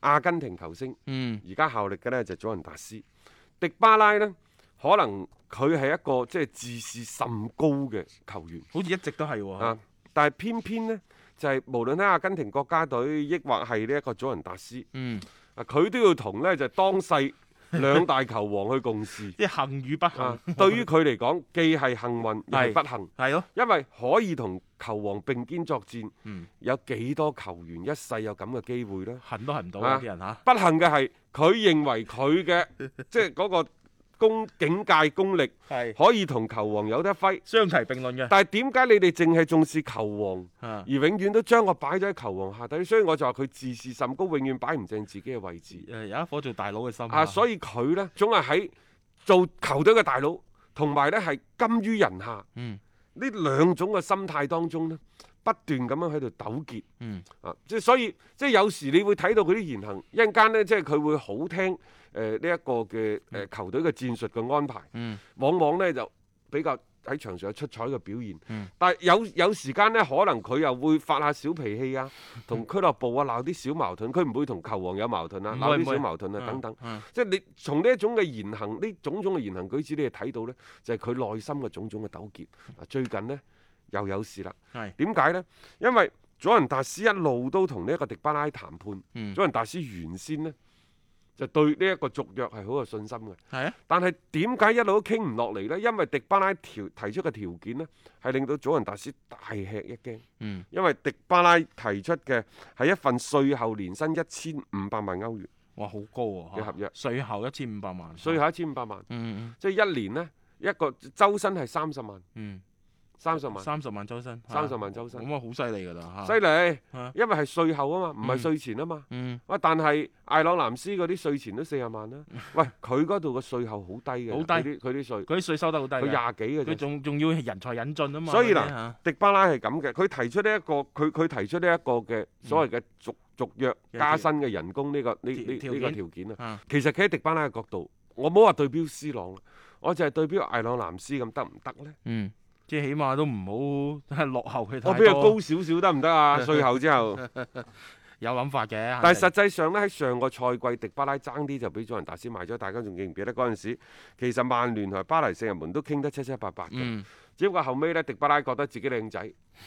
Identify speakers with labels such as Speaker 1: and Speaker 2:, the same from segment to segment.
Speaker 1: 阿根廷球星，
Speaker 2: 嗯，
Speaker 1: 而家效力嘅呢就係祖雲達斯。迪巴拉呢，可能佢係一個即係自視甚高嘅球員
Speaker 2: 好似一直都係喎。
Speaker 1: 啊，但係偏偏呢，就係、無論喺阿根廷國家隊，抑或係呢一個祖雲達斯，
Speaker 2: 嗯，。
Speaker 1: 啊佢都要同呢就當世兩大球王去共事
Speaker 2: 即係幸與不 幸，
Speaker 1: 啊，對於佢嚟講，既係幸運，亦係
Speaker 2: 係
Speaker 1: 不幸。
Speaker 2: 係咯，
Speaker 1: 因為可以同球王並肩作戰，
Speaker 2: 嗯
Speaker 1: 有幾多球員一世有咁嘅機會呢？
Speaker 2: 恨都恨唔到
Speaker 1: 啊
Speaker 2: 啊啲人嚇。
Speaker 1: 不幸嘅係，佢認為佢嘅即係嗰個功境界功力
Speaker 2: 係
Speaker 1: 可以同球王有得揮。
Speaker 2: 相提並論嘅。
Speaker 1: 但係點解你哋淨係重視球王，
Speaker 2: 啊
Speaker 1: 而永遠都將我擺咗喺球王下底？所以我就話佢自視甚高，永遠擺唔正自己嘅位置。
Speaker 2: 誒有一顆做大佬嘅心
Speaker 1: 啊，所
Speaker 2: 以
Speaker 1: 以佢呢，總係喺做球隊嘅大佬，同埋呢係甘於人下。
Speaker 2: 嗯
Speaker 1: 呢兩種嘅心態當中呢，不斷咁樣喺度糾結
Speaker 2: 嗯
Speaker 1: 啊！即係所以，即係有時你會睇到佢啲言行，一陣間呢，即係佢會好聽誒呢一個嘅誒、呃球隊嘅戰術嘅安排，
Speaker 2: 嗯
Speaker 1: 往往呢就比較喺場上有出彩嘅表現。
Speaker 2: 嗯
Speaker 1: 但係有有時間呢，可能佢又會發下小脾氣 啊，同俱樂部啊鬧啲小矛盾，佢唔會同球王有矛盾啊，
Speaker 2: 唔
Speaker 1: 鬧
Speaker 2: 會
Speaker 1: 啲
Speaker 2: 唔
Speaker 1: 小
Speaker 2: 會
Speaker 1: 矛盾啊等等。
Speaker 2: 嗯
Speaker 1: 即係你從呢一種嘅言行，呢種種嘅言行舉止，你係睇到呢，就係佢內心嘅種種嘅糾結。啊，最近呢，又有事啦。
Speaker 2: 係
Speaker 1: 點解呢？因為佐仁達斯一路都同呢一個迪巴拉談判。
Speaker 2: 嗯
Speaker 1: 佐仁達斯原先呢，就對呢一個續約係好有信心嘅，
Speaker 2: 係啊
Speaker 1: 但係點解一路都傾唔落嚟呢？因為迪巴拉條提出嘅條件呢，係令到佐仁達斯大吃一驚。
Speaker 2: 嗯
Speaker 1: 因為迪巴拉提出嘅係一份稅後年薪一千五百萬歐元，
Speaker 2: 哇好高喎
Speaker 1: 嘅合約
Speaker 2: 税後一千五百萬
Speaker 1: 稅後一千五百萬。
Speaker 2: 嗯
Speaker 1: 即係一年呢，一個周薪係三十萬，
Speaker 2: 嗯
Speaker 1: 三十
Speaker 2: 嗯
Speaker 1: 萬，
Speaker 2: 三十萬周身
Speaker 1: 30萬周身
Speaker 2: 咁啊好犀利㗎啦
Speaker 1: 犀
Speaker 2: 嚇
Speaker 1: 利
Speaker 2: 啊！
Speaker 1: 因為係稅後啊嘛，唔係
Speaker 2: 嗯
Speaker 1: 稅前啊嘛。
Speaker 2: 嗯
Speaker 1: 哇！但係艾朗南斯嗰啲稅前都四十萬 啦。喂，佢嗰度個稅後好低嘅，
Speaker 2: 好
Speaker 1: 佢
Speaker 2: 低
Speaker 1: 啲佢啲稅，
Speaker 2: 佢啲税收得好低㗎
Speaker 1: 佢廿幾嘅啫。
Speaker 2: 佢仲仲要係人才引進啊嘛
Speaker 1: 所以
Speaker 2: 嗰啲
Speaker 1: 嗱
Speaker 2: 嚇
Speaker 1: 迪巴拉係咁嘅，佢提出呢一個佢佢提出呢一個嘅所謂嘅續續約
Speaker 2: 有
Speaker 1: 加薪
Speaker 2: 嗯條
Speaker 1: 嘅人工呢個呢
Speaker 2: 條
Speaker 1: 呢
Speaker 2: 條
Speaker 1: 呢個
Speaker 2: 件
Speaker 1: 條件啊。
Speaker 2: 啊
Speaker 1: 其實企喺迪巴拉嘅角度，我冇話對標斯朗啦，我就係對標艾朗南斯咁得唔得呢？
Speaker 2: 嗯即係起碼都唔好落後佢
Speaker 1: 我
Speaker 2: 太
Speaker 1: 比佢
Speaker 2: 多
Speaker 1: 高少少得唔得 啊？稅後之後。
Speaker 2: 有諗法嘅
Speaker 1: 但係實
Speaker 2: 肯
Speaker 1: 際上呢，喺上個賽季，迪巴拉爭啲就俾祖雲達斯賣咗，大家仲記唔記得嗰陣時？其實曼聯同埋巴黎聖日門都傾得七七八八嘅，
Speaker 2: 定嗯
Speaker 1: 只不過後尾呢，迪巴拉覺得自己靚仔，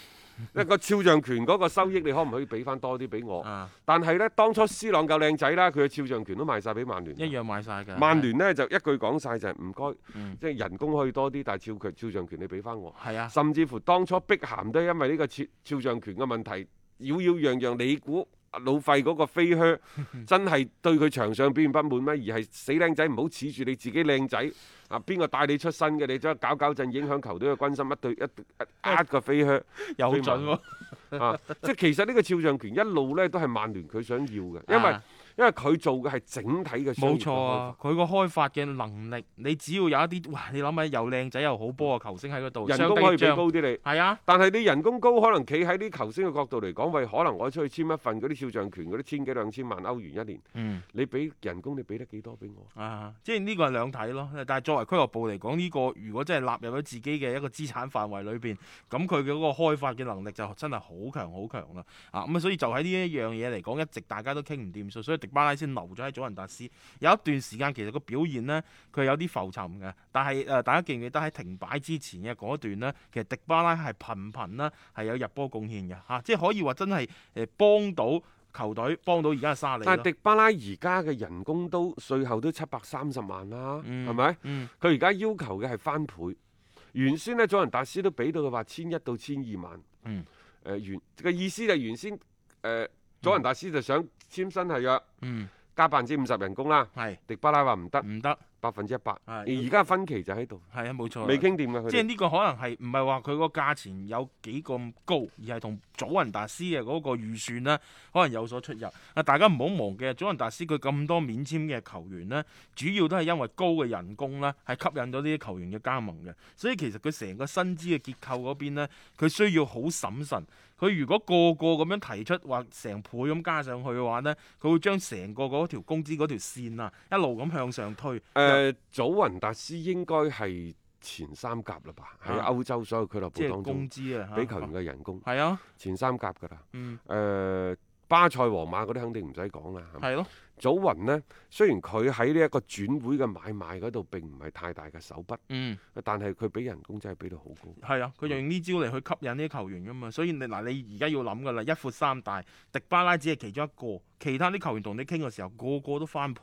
Speaker 1: 一個肖像權嗰個收益，你可唔可以俾翻多啲俾我？
Speaker 2: 啊
Speaker 1: 但係呢，當初斯朗夠靚仔啦，佢嘅肖像權都賣晒俾曼聯。
Speaker 2: 一樣買晒㗎
Speaker 1: 曼聯呢，就一句講晒就係唔該，
Speaker 2: 嗯
Speaker 1: 即係人工可以多啲，但係肖權肖像權你俾翻我。
Speaker 2: 係啊
Speaker 1: 甚至乎當初碧咸都係因為呢個肖肖像權嘅問題，擾擾攘攘。你估老費嗰個飛 靴真係對佢場上表現不滿咩？而係死靚仔唔好恃住你自己靚仔啊！邊個帶你出身嘅？你將搞搞震影響球隊嘅軍心，一對 一呃個飛靴
Speaker 2: 又好準喎
Speaker 1: 啊！即係其實呢個肖像權一路呢都係曼聯佢想要嘅，因為
Speaker 2: 啊
Speaker 1: 因為佢做嘅係整體嘅商業
Speaker 2: 冇
Speaker 1: 嘅
Speaker 2: 錯啊！佢個開發嘅能力，你只要有一啲哇，你諗下又靚仔又好波啊嘅球星喺嗰度，
Speaker 1: 開發，人工可以俾高啲你。
Speaker 2: 係啊，
Speaker 1: 但係你人工高，可能企喺啲球星嘅角度嚟講，喂，可能我出去簽一份嗰啲肖像權嗰啲千幾兩千萬歐元一年，
Speaker 2: 嗯
Speaker 1: 你俾人工你俾得幾多俾我？
Speaker 2: 啊，即係呢個係兩睇咯。但係作為俱樂部嚟講，呢、個如果真係納入咗自己嘅一個資產範圍裏邊，咁佢嘅嗰個開發嘅能力就真係好強好強啦。啊，咁啊，所以就喺呢一樣嘢嚟講，一直大家都傾唔掂數，所以迪巴拉先留咗喺祖雲達斯有一段時間，其實個表現呢，佢有啲浮沉嘅。但係誒、呃大家記唔記得喺停擺之前嘅嗰段呢？其實迪巴拉係頻頻啦係有入波貢獻嘅嚇、啊即係可以話真係誒幫到球隊，幫到而家嘅沙利
Speaker 1: 但
Speaker 2: 咯
Speaker 1: 係迪巴拉而家嘅人工都稅後都七百三十萬啦，
Speaker 2: 嗯
Speaker 1: 係咪、
Speaker 2: 嗯
Speaker 1: 佢而家要求嘅係翻倍，原先呢，祖雲達斯都俾到佢話千一到千二萬。
Speaker 2: 嗯。
Speaker 1: 誒、原嘅意思就係原先誒、呃祖雲達斯就想簽新合約，
Speaker 2: 嗯
Speaker 1: 加百分之五十人工啦。
Speaker 2: 係
Speaker 1: 迪巴拉話唔得，
Speaker 2: 唔得
Speaker 1: 百分之一百。而
Speaker 2: 係
Speaker 1: 而家分歧就喺度，
Speaker 2: 係啊，冇錯啦。
Speaker 1: 啊未傾掂㗎佢
Speaker 2: 即係
Speaker 1: 哋。
Speaker 2: 呢個可能係唔係話佢個價錢有幾咁高，而係同祖雲達斯嘅嗰個預算呢，可能有所出入。啊，大家唔好忘記，祖雲達斯佢咁多免簽嘅球員呢，主要都係因為高嘅人工啦，係吸引咗呢啲球員嘅加盟嘅。所以其實佢成個薪資嘅結構嗰邊呢，佢需要好審慎。佢如果個個咁樣提出話成倍咁加上去嘅話呢，佢會將成個嗰條工資嗰條線啊，一路咁向上推。
Speaker 1: 誒，祖雲達斯應該係前三甲啦吧？喺
Speaker 2: 啊
Speaker 1: 歐洲所有俱樂
Speaker 2: 即
Speaker 1: 部
Speaker 2: 係
Speaker 1: 當中
Speaker 2: 工，資啊，
Speaker 1: 俾球員嘅人工
Speaker 2: 係啊，
Speaker 1: 前三甲㗎啦。
Speaker 2: 嗯，
Speaker 1: 誒、巴塞、皇馬嗰啲肯定唔使講啦。係咪
Speaker 2: 係咯。
Speaker 1: 祖雲呢，雖然佢喺呢一個轉會嘅買賣嗰度並唔係太大嘅手筆，
Speaker 2: 嗯，
Speaker 1: 但係佢俾人工真係俾到好高。
Speaker 2: 係啊，佢用呢招嚟去吸引呢啲球員噶嘛，所以你嗱，你而家要諗噶啦，一闊三大，迪巴拉只係其中一個，其他啲球員同你傾嘅時候，個個都翻倍，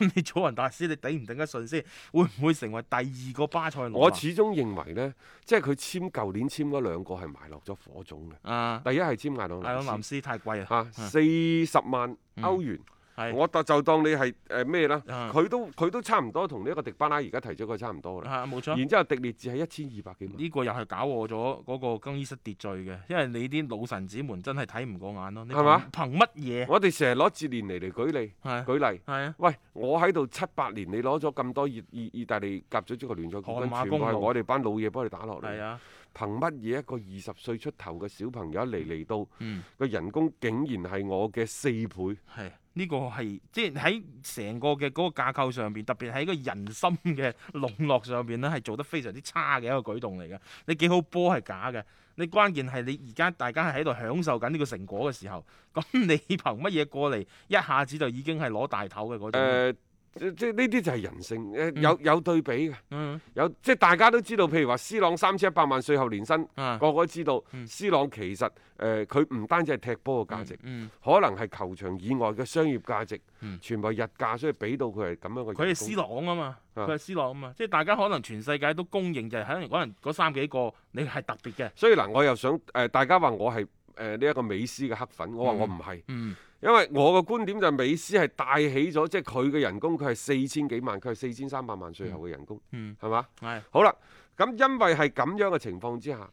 Speaker 2: 你祖雲達斯你頂唔頂得順先？會唔會成為第二個巴塞羅
Speaker 1: 我
Speaker 2: 那？
Speaker 1: 始終認為呢，即係佢簽舊年簽嗰兩個係埋落咗火種嘅。
Speaker 2: 啊，
Speaker 1: 第一係簽艾朗
Speaker 2: 艾
Speaker 1: 南
Speaker 2: 朗
Speaker 1: 斯
Speaker 2: 藍，斯太貴啦，
Speaker 1: 嚇四十萬
Speaker 2: 嗯
Speaker 1: 歐元，
Speaker 2: 係
Speaker 1: 我就就當你係誒咩啦，
Speaker 2: 啊
Speaker 1: 佢都佢都差唔多同呢一個迪巴拉而家提咗佢差唔多啦。
Speaker 2: 啊冇錯。
Speaker 1: 然之後迪列治係一千二百幾萬。
Speaker 2: 呢個又係搞禍咗嗰個更衣室秩序嘅，因為你啲老臣子們真係睇唔過眼咯。你
Speaker 1: 係嘛
Speaker 2: 憑憑乜嘢？
Speaker 1: 我哋成日攞哲連尼嚟舉例，
Speaker 2: 係
Speaker 1: 舉例。
Speaker 2: 係啊，
Speaker 1: 喂，我喺度七八年，你攞咗咁多意意意大利甲組足球聯賽冠
Speaker 2: 汗馬
Speaker 1: 軍，全部
Speaker 2: 功
Speaker 1: 係
Speaker 2: 勞
Speaker 1: 我哋班老嘢幫你打落
Speaker 2: 係
Speaker 1: 嚟。
Speaker 2: 啊，
Speaker 1: 憑乜嘢一個二十歲出頭嘅小朋友一嚟嚟到，
Speaker 2: 嗯。
Speaker 1: 個人工竟然係我嘅四倍？
Speaker 2: 係呢、個係即係喺成個嘅嗰個架構上邊，特別喺個人心嘅籠絡上邊咧，係做得非常之差嘅一個舉動嚟嘅。你幾好波係假嘅，你關鍵係你而家大家係喺度享受緊呢個成果嘅時候，咁你憑乜嘢過嚟一下子就已經係攞大頭嘅嗰種？
Speaker 1: 誒、即即呢啲就係人性。誒、
Speaker 2: 嗯
Speaker 1: 有有對比嘅，
Speaker 2: 嗯
Speaker 1: 有即係大家都知道，譬如話斯朗三千一百萬税後年薪，
Speaker 2: 啊，
Speaker 1: 個個都知道
Speaker 2: 嗯
Speaker 1: 斯朗其實誒佢唔單止係踢波嘅價值，
Speaker 2: 嗯，
Speaker 1: 可能係球場以外嘅商業價值，
Speaker 2: 嗯
Speaker 1: 全部係日價，所以俾到佢係咁樣嘅人工。
Speaker 2: 佢係 C 朗啊嘛，
Speaker 1: 啊
Speaker 2: 佢係 C 朗啊嘛，即係大家可能全世界都公認就係可能可能嗰三幾個你係特別嘅，
Speaker 1: 所以嗱，我又想誒、呃大家話我係誒呢一個美斯嘅黑粉，我話我唔係，
Speaker 2: 嗯
Speaker 1: 因為我嘅觀點就係美斯係帶起咗，即係佢嘅人工，佢係四千幾萬，佢係四千三百萬税後嘅人工，
Speaker 2: 嗯
Speaker 1: 係嘛、
Speaker 2: 係
Speaker 1: 好啦，咁因為係咁樣嘅情況之下，誒、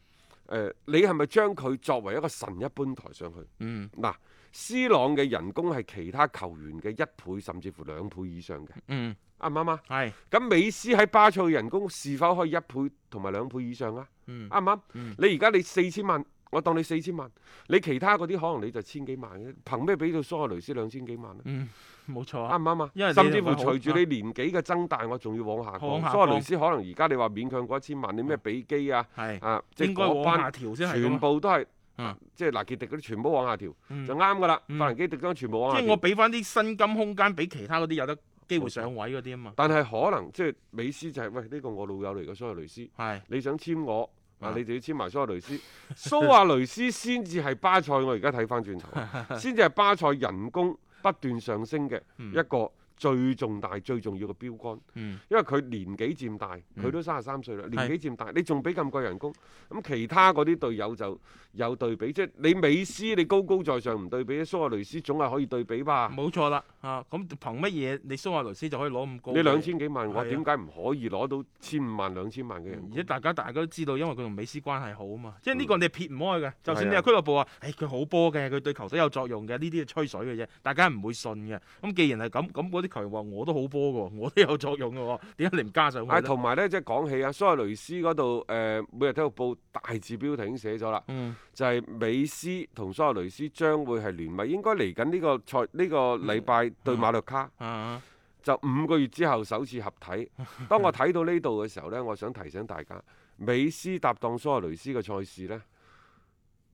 Speaker 1: 你係咪將佢作為一個神一般抬上去？
Speaker 2: 嗯
Speaker 1: 嗱，C 朗嘅人工係其他球員嘅一倍甚至乎兩倍以上嘅，
Speaker 2: 嗯
Speaker 1: 啱唔啱啊？
Speaker 2: 係
Speaker 1: 咁美斯喺巴塞嘅人工是否可以一倍同埋兩倍以上啊？
Speaker 2: 嗯
Speaker 1: 啱唔啱？
Speaker 2: 嗯
Speaker 1: 你而家你四千萬，我當你四千萬，你其他嗰啲可能你就千幾萬嘅，憑咩俾到蘇亞雷斯兩千幾萬咧？啊
Speaker 2: 嗯冇錯啊
Speaker 1: 啱。唔啱啊？
Speaker 2: 因為你
Speaker 1: 甚至乎
Speaker 2: 同佢好
Speaker 1: 隨住你年紀嘅增大，我仲要往下降。
Speaker 2: 往下
Speaker 1: 蘇亞雷斯可能而家你話勉強過一千萬，你咩比基啊
Speaker 2: 係
Speaker 1: 啊，即係
Speaker 2: 嗯應該
Speaker 1: 嗰
Speaker 2: 往
Speaker 1: 班
Speaker 2: 下調先係㗎啊
Speaker 1: 全
Speaker 2: 嘛。
Speaker 1: 部都係
Speaker 2: 嗯
Speaker 1: 即係嗱傑迪嗰啲全部往下調
Speaker 2: 嗯
Speaker 1: 就啱噶啦。
Speaker 2: 嗯
Speaker 1: 法蘭基迪將全部往下
Speaker 2: 即係我
Speaker 1: 調。
Speaker 2: 俾翻啲薪金空間俾其他嗰啲有得機會上位嗰啲啊嘛。
Speaker 1: 但係可能即係美斯就係喂呢個我老友嚟嘅蘇亞雷斯，
Speaker 2: 係
Speaker 1: 你想簽我？啊
Speaker 2: 啊！
Speaker 1: 你就要簽埋蘇亞雷斯， 蘇亞雷斯先至係巴塞，我而家睇翻轉 頭，啊先至係巴塞人工不斷上升嘅
Speaker 2: 嗯
Speaker 1: 一個最重大、最重要嘅標杆，
Speaker 2: 嗯
Speaker 1: 因為佢年紀漸大，
Speaker 2: 嗯
Speaker 1: 佢都三十三歲啦，
Speaker 2: 係
Speaker 1: 年紀漸大，你仲俾咁貴人工，咁其他嗰啲隊友就有對比，即係你美斯你高高在上唔對比，蘇亞雷斯總係可以對比吧？
Speaker 2: 冇錯啦啊！咁憑乜嘢你蘇亞雷斯就可以攞咁高？
Speaker 1: 你兩，千幾萬，
Speaker 2: 係
Speaker 1: 我
Speaker 2: 啊
Speaker 1: 點解唔可以攞到千五萬、兩千萬嘅人工
Speaker 2: 而且大家大家都知道，因為佢同美斯關係好啊嘛。即係呢個你撇唔開嘅。就算你
Speaker 1: 嗯係啊
Speaker 2: 係俱樂部話，誒佢好波嘅，佢對球隊有作用嘅，呢啲係吹水嘅啫，大家唔會信嘅。咁既然係咁，咁嗰啲球員話我都好波嘅喎，我都有作用嘅喎，點解你唔加上
Speaker 1: 啊，
Speaker 2: 去呢
Speaker 1: 同埋咧，即係講起啊，蘇亞雷斯嗰度誒，每日體育報大字標題已經寫咗啦，
Speaker 2: 嗯，
Speaker 1: 就係、美斯同蘇亞雷斯將會係聯袂，應該嚟緊呢個賽呢、個禮拜
Speaker 2: 嗯
Speaker 1: 對馬略卡，
Speaker 2: 啊，
Speaker 1: 就五個月之後首次合 體。當我睇到呢度嘅時候呢，我想提醒大家，美斯搭檔蘇亞雷斯嘅賽事呢，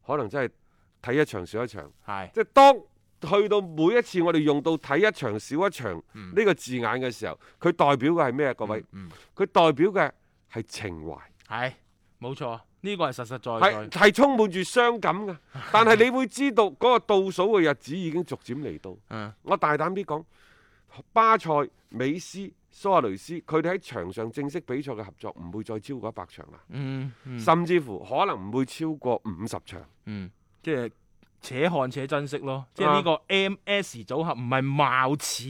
Speaker 1: 可能真係睇一場少一場。
Speaker 2: 啊係
Speaker 1: 即係當去到每一次我哋用到睇一場少一場
Speaker 2: 嗯
Speaker 1: 呢個字眼嘅時候，佢代表嘅係咩啊？各位？
Speaker 2: 嗯，嗯
Speaker 1: 佢代表嘅係情懷，
Speaker 2: 係冇錯，呢嗯個係實實在在
Speaker 1: 係。係充滿住傷感 嘅。但係你會知道嗰個倒數嘅日子已經逐漸嚟到。
Speaker 2: 嗯
Speaker 1: 我大膽啲講，巴塞、美斯、蘇亞雷斯，佢哋喺場上正式比賽嘅合作唔會再超過一百場啦，
Speaker 2: 嗯嗯
Speaker 1: 甚至乎可能唔會超過五十場。
Speaker 2: 嗯，啊即係且看且珍惜咯。即係呢個 M S 組合唔係貌似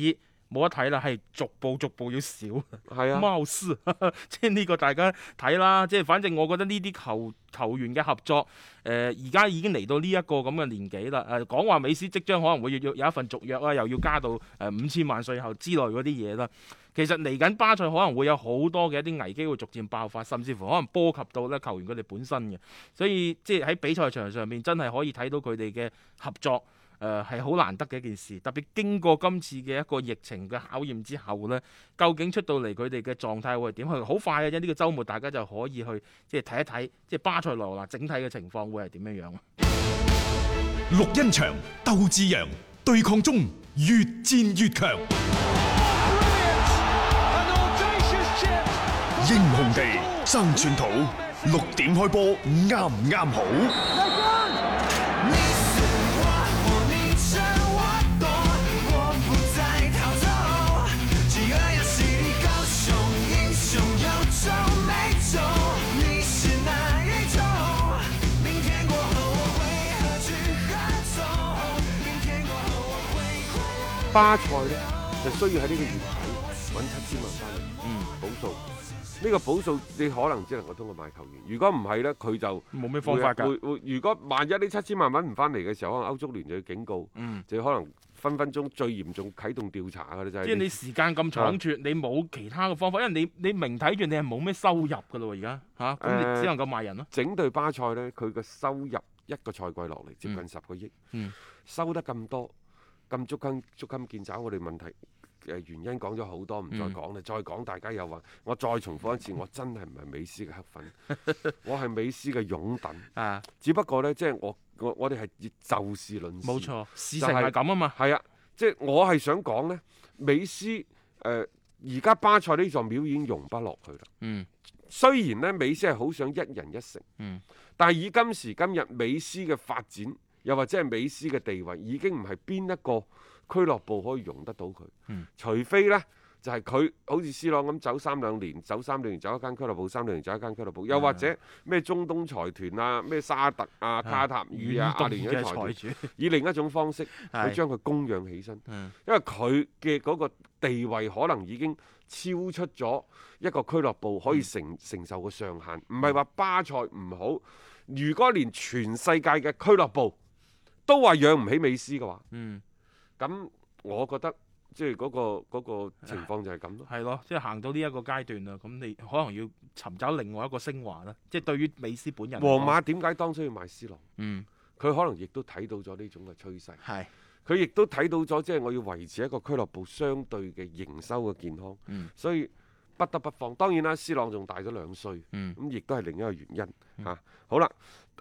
Speaker 2: 冇得睇啦，係逐步逐步要少。
Speaker 1: 係啊，
Speaker 2: 貓斯， 即係呢個大家睇啦。即係反正我覺得呢啲球球員嘅合作，誒而家已經嚟到呢一個咁嘅年紀啦。誒、講話美斯即將可能會要有一份續約啦，又要加到誒五千萬稅後之類嗰啲嘢啦。其實嚟緊巴塞可能會有好多嘅一啲危機會逐漸爆發，甚至乎可能波及到咧球員佢哋本身嘅。啊所以即係喺比賽場上面真係可以睇到佢哋嘅合作。誒係好難得嘅一件事，特別經過今次嘅一個疫情嘅考驗之後呢，究竟出到嚟佢哋嘅狀態會係點？佢好快嘅啊啫，呢、個週末大家就可以去即係睇一睇，即係巴塞羅那整體嘅情況會係點樣樣。啊
Speaker 3: 綠茵場，鬥志揚，對抗中越戰越強。
Speaker 4: An audacious chip.
Speaker 3: 英雄地爭寸土，六點開波啱唔啱好？
Speaker 1: 巴塞呢，就需要喺呢個月底揾七千萬翻嚟，
Speaker 2: 嗯，
Speaker 1: 補數。呢、個補數你可能只能夠通過買球員，如果唔係呢，佢就
Speaker 2: 冇咩方法㗎。
Speaker 1: 會會如果萬一呢七千萬揾唔翻嚟嘅時候，可能歐足聯就要警告，
Speaker 2: 嗯，
Speaker 1: 就可能分分鐘最嚴重啟動調查㗎啦，就係、
Speaker 2: 即係你時間咁倉促，你冇其他嘅方法，因為你你明睇住你係冇咩收入㗎咯喎，而家嚇，咁、你只能夠賣人咯。
Speaker 1: 整隊巴塞呢，佢嘅收入一個賽季落嚟接近
Speaker 2: 嗯
Speaker 1: 十個億，
Speaker 2: 嗯
Speaker 1: 收得咁多，咁捉襟捉襟見肘，我哋問題。誒原因講咗好多，唔再
Speaker 2: 嗯
Speaker 1: 講啦。再講大家又話，我再重複一次，我真係唔係美斯嘅黑粉， 我係美斯嘅擁躉。
Speaker 2: 啊，
Speaker 1: 只不過呢，即係我我我哋係以就事論事。
Speaker 2: 冇錯，事
Speaker 1: 就
Speaker 2: 情
Speaker 1: 係
Speaker 2: 係咁啊嘛。
Speaker 1: 係啊，即係我係想講呢，美斯誒而家巴塞呢座廟已經容不落佢啦。
Speaker 2: 嗯
Speaker 1: 雖然呢，美斯係好想一人一城，
Speaker 2: 嗯
Speaker 1: 但係以今時今日美斯嘅發展，又或者係美斯嘅地位，已經唔係邊一個俱樂部可以容得到佢。
Speaker 2: 嗯
Speaker 1: 除非呢，就係、佢好似 C 朗咁走三兩年，走三兩年走一間俱樂部，三兩年走一間俱樂部，又或
Speaker 2: 啊
Speaker 1: 者咩中東財團啊、咩沙特啊、卡塔爾啊、阿
Speaker 2: 遠
Speaker 1: 聯酋
Speaker 2: 東嘅
Speaker 1: 財團，
Speaker 2: 財主，
Speaker 1: 以另一種方式去
Speaker 2: 係
Speaker 1: 將佢供養起身。
Speaker 2: 嗯
Speaker 1: 因為佢嘅嗰個地位可能已經超出咗一個俱樂部
Speaker 2: 嗯
Speaker 1: 可以承、承受嘅上限，唔係話巴塞唔好。如果連全世界嘅俱樂部都話養唔起美斯嘅話，
Speaker 2: 嗯。
Speaker 1: 咁我覺得即係嗰、個嗰
Speaker 2: 啊
Speaker 1: 個情況就係咁咯。
Speaker 2: 係咯，即係行到呢一個階段啦，咁你可能要尋找另外一個升華啦。即係對於美斯本人嚟
Speaker 1: 皇
Speaker 2: 講，
Speaker 1: 馬點解當初要賣斯朗？
Speaker 2: 嗯
Speaker 1: 佢可能亦都睇到咗呢種嘅趨勢，
Speaker 2: 係
Speaker 1: 佢亦都睇到咗即係我要維持一個俱樂部相對嘅營收嘅健康，
Speaker 2: 嗯
Speaker 1: 所以不得不放。當然啦，斯朗仲大咗兩歲。
Speaker 2: 嗯
Speaker 1: 咁亦都係另一個原因嚇、
Speaker 2: 嗯
Speaker 1: 啊好啦，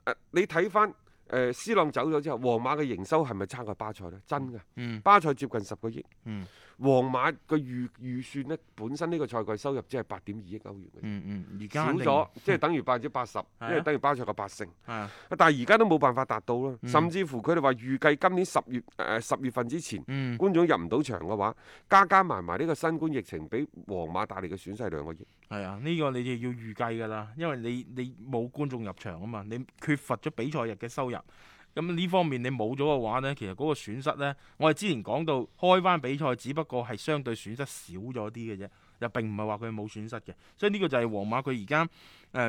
Speaker 1: 誒你睇翻誒斯朗走咗之後，皇馬嘅營收係咪差過巴塞呢？真嘅，
Speaker 2: 嗯
Speaker 1: 巴塞接近十個億，
Speaker 2: 嗯
Speaker 1: 皇馬嘅預預算呢，本身呢個賽季收入只係八點二億歐元嘅啫。
Speaker 2: 嗯嗯，而家
Speaker 1: 少
Speaker 2: 肯定
Speaker 1: 咗，即係等於百分之八十，因
Speaker 2: 啊
Speaker 1: 為等於巴塞嘅八成。
Speaker 2: 啊
Speaker 1: 但係而家都冇辦法達到啦，
Speaker 2: 嗯
Speaker 1: 甚至乎佢哋話預計今年十月誒十、月份之前，
Speaker 2: 嗯
Speaker 1: 觀眾入唔到場嘅話，加加埋埋呢個新冠疫情俾皇馬帶嚟嘅損失係兩個億。
Speaker 2: 係啊，呢、個你就要預計㗎啦，因為你你冇觀眾入場啊嘛，你缺乏咗比賽日嘅收入。咁呢方面你冇咗嘅話呢，其實嗰個損失呢，我哋之前講到開翻比賽，只不過係相對損失少咗啲嘅啫，又並唔係話佢冇損失嘅。所以呢個就係皇馬佢而家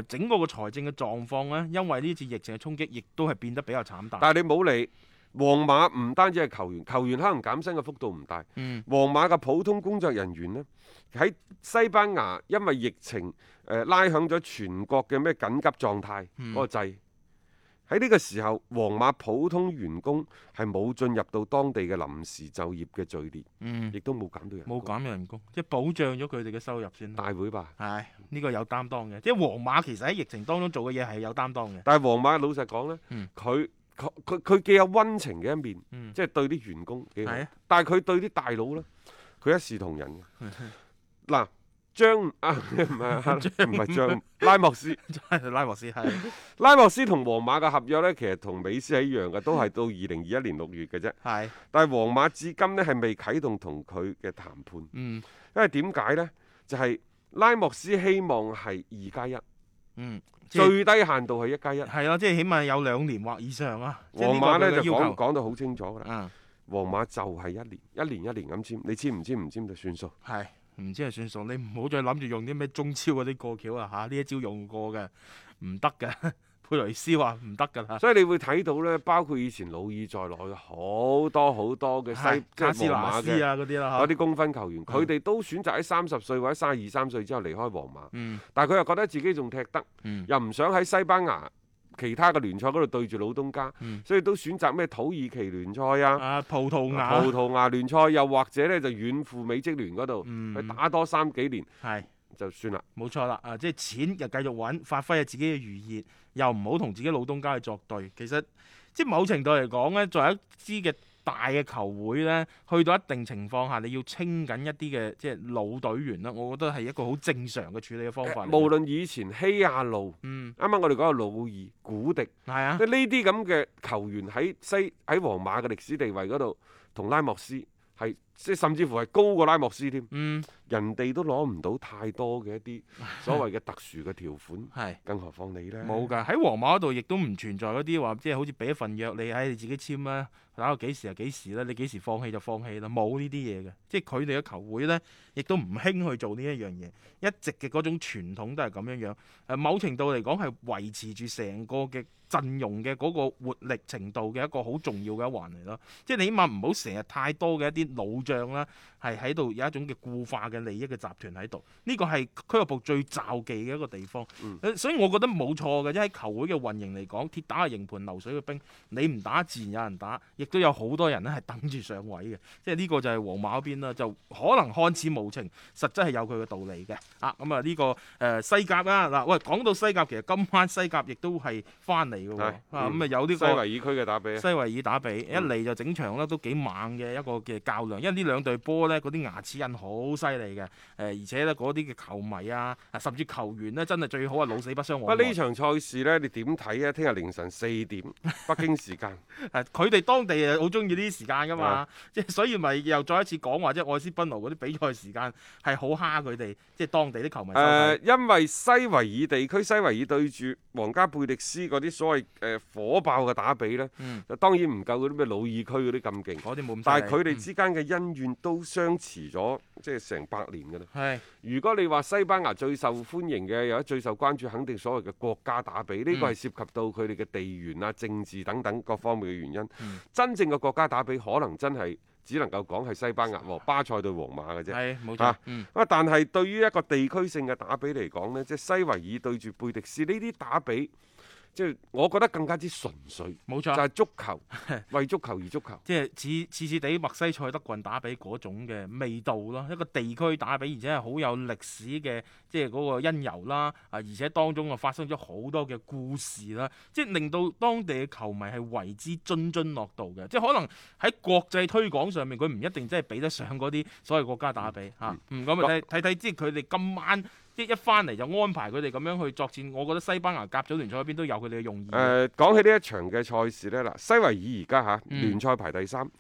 Speaker 2: 誒整個嘅財政嘅狀況呢，因為呢次疫情嘅衝擊，亦都係變得比較慘淡。
Speaker 1: 但係你冇理，皇馬唔單止係球員，球員可能減薪嘅幅度唔大。
Speaker 2: 嗯
Speaker 1: 皇馬嘅普通工作人員呢，喺西班牙因為疫情誒、呃拉響咗全國嘅咩緊急狀態
Speaker 2: 嗯
Speaker 1: 嗰個掣。喺呢個時候，皇馬普通員工係冇進入到當地嘅臨時就業嘅序列，
Speaker 2: 嗯，
Speaker 1: 亦都冇減到人工。
Speaker 2: 冇減人工，即係保障咗佢哋嘅收入先啦。
Speaker 1: 大會吧？
Speaker 2: 係呢、個有擔當嘅，即係皇馬其實喺疫情當中做嘅嘢係有擔當嘅。
Speaker 1: 但係皇馬老實講呢，
Speaker 2: 嗯
Speaker 1: 佢佢佢佢既有温情嘅一面，
Speaker 2: 嗯，
Speaker 1: 即係對啲員工幾好
Speaker 2: 係啊。
Speaker 1: 但係佢對啲大佬呢，佢一視同仁 嘅。嗱，張 啊唔係啊唔係張拉莫斯，
Speaker 2: 係 拉莫斯係
Speaker 1: 拉莫斯同皇馬嘅合約呢，其實同美斯係一樣嘅，都
Speaker 2: 嗯
Speaker 1: 係到二零二一年六月嘅啫。
Speaker 2: 係
Speaker 1: 但係皇馬至今呢，係未啟動同佢嘅談判，
Speaker 2: 嗯
Speaker 1: 因為點解呢？就係、拉莫斯希望係二加一，
Speaker 2: 嗯，即係
Speaker 1: 最低限度係一加一。
Speaker 2: 係咯，即係起碼有兩年或以上啊。即係
Speaker 1: 皇馬
Speaker 2: 呢
Speaker 1: 呢
Speaker 2: 個佢嘅
Speaker 1: 就
Speaker 2: 要
Speaker 1: 講
Speaker 2: 求
Speaker 1: 講到好清楚㗎啦。
Speaker 2: 啊，
Speaker 1: 皇馬就係一年一年一年咁簽，你簽唔簽唔簽就算數。
Speaker 2: 係唔知係算數，你唔好再諗住用啲咩中超嗰啲過橋啊嚇！呢一招用過嘅唔得嘅， 佩雷斯話唔得㗎啦。
Speaker 1: 所以你會睇到呢，包括以前魯爾在內嘅好多好多嘅
Speaker 2: 係
Speaker 1: 西即
Speaker 2: 卡斯
Speaker 1: 係
Speaker 2: 拿
Speaker 1: 皇馬
Speaker 2: 斯
Speaker 1: 嘅
Speaker 2: 啊嗯嗰啲啦嚇
Speaker 1: 嗰啲公分球員，佢哋都選擇喺三十歲或者三十二三歲之後離開皇馬，
Speaker 2: 嗯
Speaker 1: 但係佢又覺得自己仲踢得，
Speaker 2: 嗯
Speaker 1: 又唔想喺西班牙其他嘅聯賽嗰度對住老東家，
Speaker 2: 嗯
Speaker 1: 所以都選擇咩土耳其聯賽啊。
Speaker 2: 啊葡萄牙
Speaker 1: 葡萄牙聯賽又或者呢，就遠赴美職聯嗰度，
Speaker 2: 嗯
Speaker 1: 去打多三幾年
Speaker 2: 係。
Speaker 1: 就算啦。
Speaker 2: 冇錯啦，啊，即係錢就繼續揾，發揮下自己嘅餘熱，又唔好同自己老東家去作對。其實即係某程度嚟講呢作為一支嘅大嘅球會呢，去到一定情況下，你要清緊一啲嘅即係老隊員啦，我覺得係一個好正常嘅處理嘅方法嚟嘅。
Speaker 1: 無論以前希亞路，
Speaker 2: 嗯，
Speaker 1: 啱啱我哋講到魯爾、古迪。
Speaker 2: 係啊
Speaker 1: 即，係呢啲咁嘅球員喺西喺皇馬嘅歷史地位嗰度，同拉莫斯係即係甚至乎係高過拉莫斯添，
Speaker 2: 嗯，
Speaker 1: 人哋都攞唔到太多嘅一 啲所謂嘅特殊嘅條款，
Speaker 2: 係。
Speaker 1: 更何況你呢？
Speaker 2: 冇㗎，喺皇馬嗰度亦都唔存在嗰啲話，即係好似俾一份約你，唉、你自己簽啦，打到幾時啊就幾時啦，你幾時放棄就放棄啦，冇呢啲嘢嘅。即係佢哋嘅球會呢，亦都唔興去做呢一樣嘢，一直嘅嗰種傳統都係咁樣樣。誒，某程度嚟講係維持住成個嘅陣容嘅嗰個活力程度嘅一個好重要嘅一環嚟咯。即係你起碼唔好成日太多嘅一啲老將啦，係喺度有一種嘅固化嘅利益嘅集團喺度。呢個係俱樂部最罩忌嘅一個地方。誒所以我覺得冇錯嘅，即係喺球會嘅運營嚟講，鐵打係營盤流水嘅兵，你唔打自然有人打，亦都有好多人咧係等住上位嘅，即係呢個就係皇馬嗰邊啦，就可能看似無情，實質係有佢嘅道理嘅。啊，咁啊呢個誒、呃西甲啦，嗱喂，講到西甲，其實今晚西甲亦都係翻嚟嘅喎，
Speaker 1: 係
Speaker 2: 啊咁啊、
Speaker 1: 嗯
Speaker 2: 有呢、
Speaker 1: 西
Speaker 2: 個
Speaker 1: 維。爾區嘅打比啊，
Speaker 2: 西維爾打比，一
Speaker 1: 嗯
Speaker 2: 嚟就整場咧都幾猛嘅一個嘅較量，因為呢兩隊波咧嗰啲牙齒印好犀利嘅，誒、而且咧嗰啲嘅球迷啊，啊甚至球員咧真係最好啊係老死不相
Speaker 1: 不
Speaker 2: 往
Speaker 1: 過
Speaker 2: 來
Speaker 1: 呢。場賽事呢，你點睇啊？聽日凌晨四 點北京時間，
Speaker 2: 誒佢哋當地誒好中意呢啲時間㗎嘛
Speaker 1: 啊，
Speaker 2: 即係所以咪又再一次講話，即係愛斯賓奴嗰啲比賽時間係好蝦佢哋， 即係當地啲球迷收睇。
Speaker 1: 誒，因為西維爾地區西維爾對住皇家貝迪斯嗰啲所謂誒火爆嘅打比呢，
Speaker 2: 嗯，
Speaker 1: 就當然唔夠嗰啲咩魯爾區嗰啲咁勁。
Speaker 2: 嗰啲冇咁犀利。
Speaker 1: 但係佢哋
Speaker 2: 嗯
Speaker 1: 之間嘅恩怨都相持咗，即係成百年㗎啦。
Speaker 2: 係
Speaker 1: 如果你話西班牙最受歡迎嘅，有最受關注，肯定所謂嘅國家打比，
Speaker 2: 嗯
Speaker 1: 呢個係涉及到佢哋嘅地緣啊、政治等等各方面嘅原因。
Speaker 2: 嗯
Speaker 1: 真正嘅國家打比，可能真係只能夠講係西班牙和巴塞對皇馬嘅啫。
Speaker 2: 係冇錯
Speaker 1: 啊。
Speaker 2: 嗯
Speaker 1: 啊！但係對於一個地區性嘅打比嚟講呢即係西維爾對住貝迪斯呢啲打比，即係我覺得更加之純粹，
Speaker 2: 冇
Speaker 1: 就
Speaker 2: 錯。
Speaker 1: 係足球為足球而足球。
Speaker 2: 即係似似似地墨西塞德郡打比嗰種嘅味道咯，一個地區打比，而且係好有歷史嘅，即係嗰個因由啦，啊，而且當中啊發生咗好多嘅故事啦，即係令到當地嘅球迷係為之津津樂道嘅，即係可能喺國際推廣上面，佢唔一定真係比得上嗰啲所謂國家打比嚇，嗯咁啊睇睇睇，即係佢哋今晚即係一翻嚟就安排佢哋咁樣去作戰，我覺得西班牙甲組聯賽嗰邊都有佢哋嘅用意嘅。
Speaker 1: 誒呃講起呢一場嘅賽事呢，嗱，西維爾而家嚇
Speaker 2: 嗯
Speaker 1: 聯賽排第三，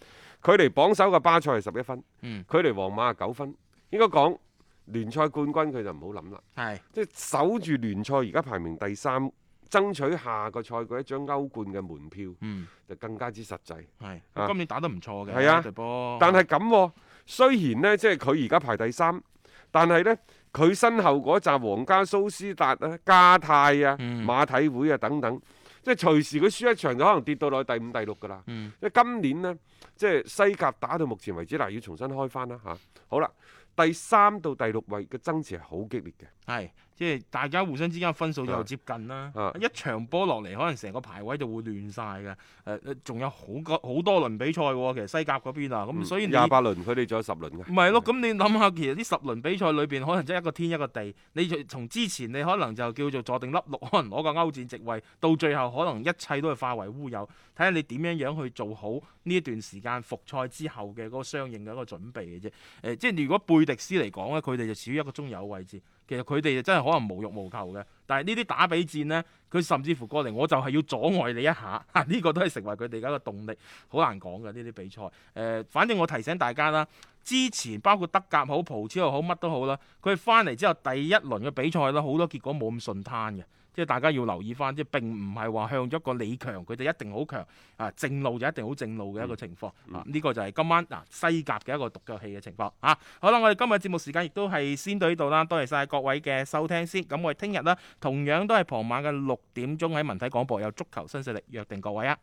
Speaker 1: 距離榜首嘅巴塞係十一分，
Speaker 2: 嗯，
Speaker 1: 距離皇馬係九分。應該講聯賽冠軍佢就唔好諗啦，
Speaker 2: 係
Speaker 1: 即係守住聯賽而家排名第三，爭取下個賽季一張歐冠嘅門票
Speaker 2: 嗯
Speaker 1: 就更加之實際。
Speaker 2: 係，
Speaker 1: 啊
Speaker 2: 今年打得唔錯嘅，
Speaker 1: 係啊
Speaker 2: 呢隊波，
Speaker 1: 但係咁喎，雖然呢，即係佢而家排第三，但係呢，佢身後嗰扎皇家蘇斯達啊、加泰啊、
Speaker 2: 嗯
Speaker 1: 馬體會啊等等，即係隨時佢輸一場就可能跌到落去第五、第六㗎啦。
Speaker 2: 嗯。
Speaker 1: 因為今年呢，即係西甲打到目前為止，嗱要重新開翻啦嚇。好啦，第三到第六位嘅爭持係好激烈嘅。
Speaker 2: 係，即係大家互相之間分數就
Speaker 1: 啊
Speaker 2: 接近啦。
Speaker 1: 啊
Speaker 2: 一場波落嚟，可能成個排位就會亂晒嘅。誒、誒仲有好個好多輪比賽喎，其實西甲嗰邊啊，咁、所以你
Speaker 1: 嗯廿八輪佢哋仲有十輪嘅。
Speaker 2: 唔係咯，咁你諗下，其實呢十輪比賽裏邊，可能真係一個天一個地。你就從之前你可能就叫做坐定粒六，可能攞個歐戰席位，到最後可能一切都係化為烏有。睇下你點樣樣去做好呢一段時間復賽之後嘅嗰個相應嘅一個準備嘅啫。誒、即係如果貝迪斯嚟講咧，佢哋就處於一個中游位置。其實佢哋就真係可能無欲無求嘅，但係呢啲打比戰呢，佢甚至乎過嚟，我就係要阻礙你一下， 呢、個都係成為佢哋嘅一個動力，好難講嘅呢啲比賽。誒、反正我提醒大家啦，之前包括德甲好、葡超又好，乜都好啦，佢翻嚟之後第一輪嘅比賽啦，好多結果冇咁順攤嘅。即係大家要留意翻，即係並唔係話向咗個你強佢就一定好強啊，正路就一定好正路嘅一個情況、
Speaker 1: 嗯
Speaker 2: 啊。呢、個就係今晚嗱、西甲嘅一個獨腳戲嘅情況啊。好啦，我哋今日節目時間亦都係先到呢度啦，多謝晒各位嘅收聽先。咁我哋聽日啦，同樣都係傍晚嘅六點鐘喺文體廣播有足球新勢力，約定各位啊，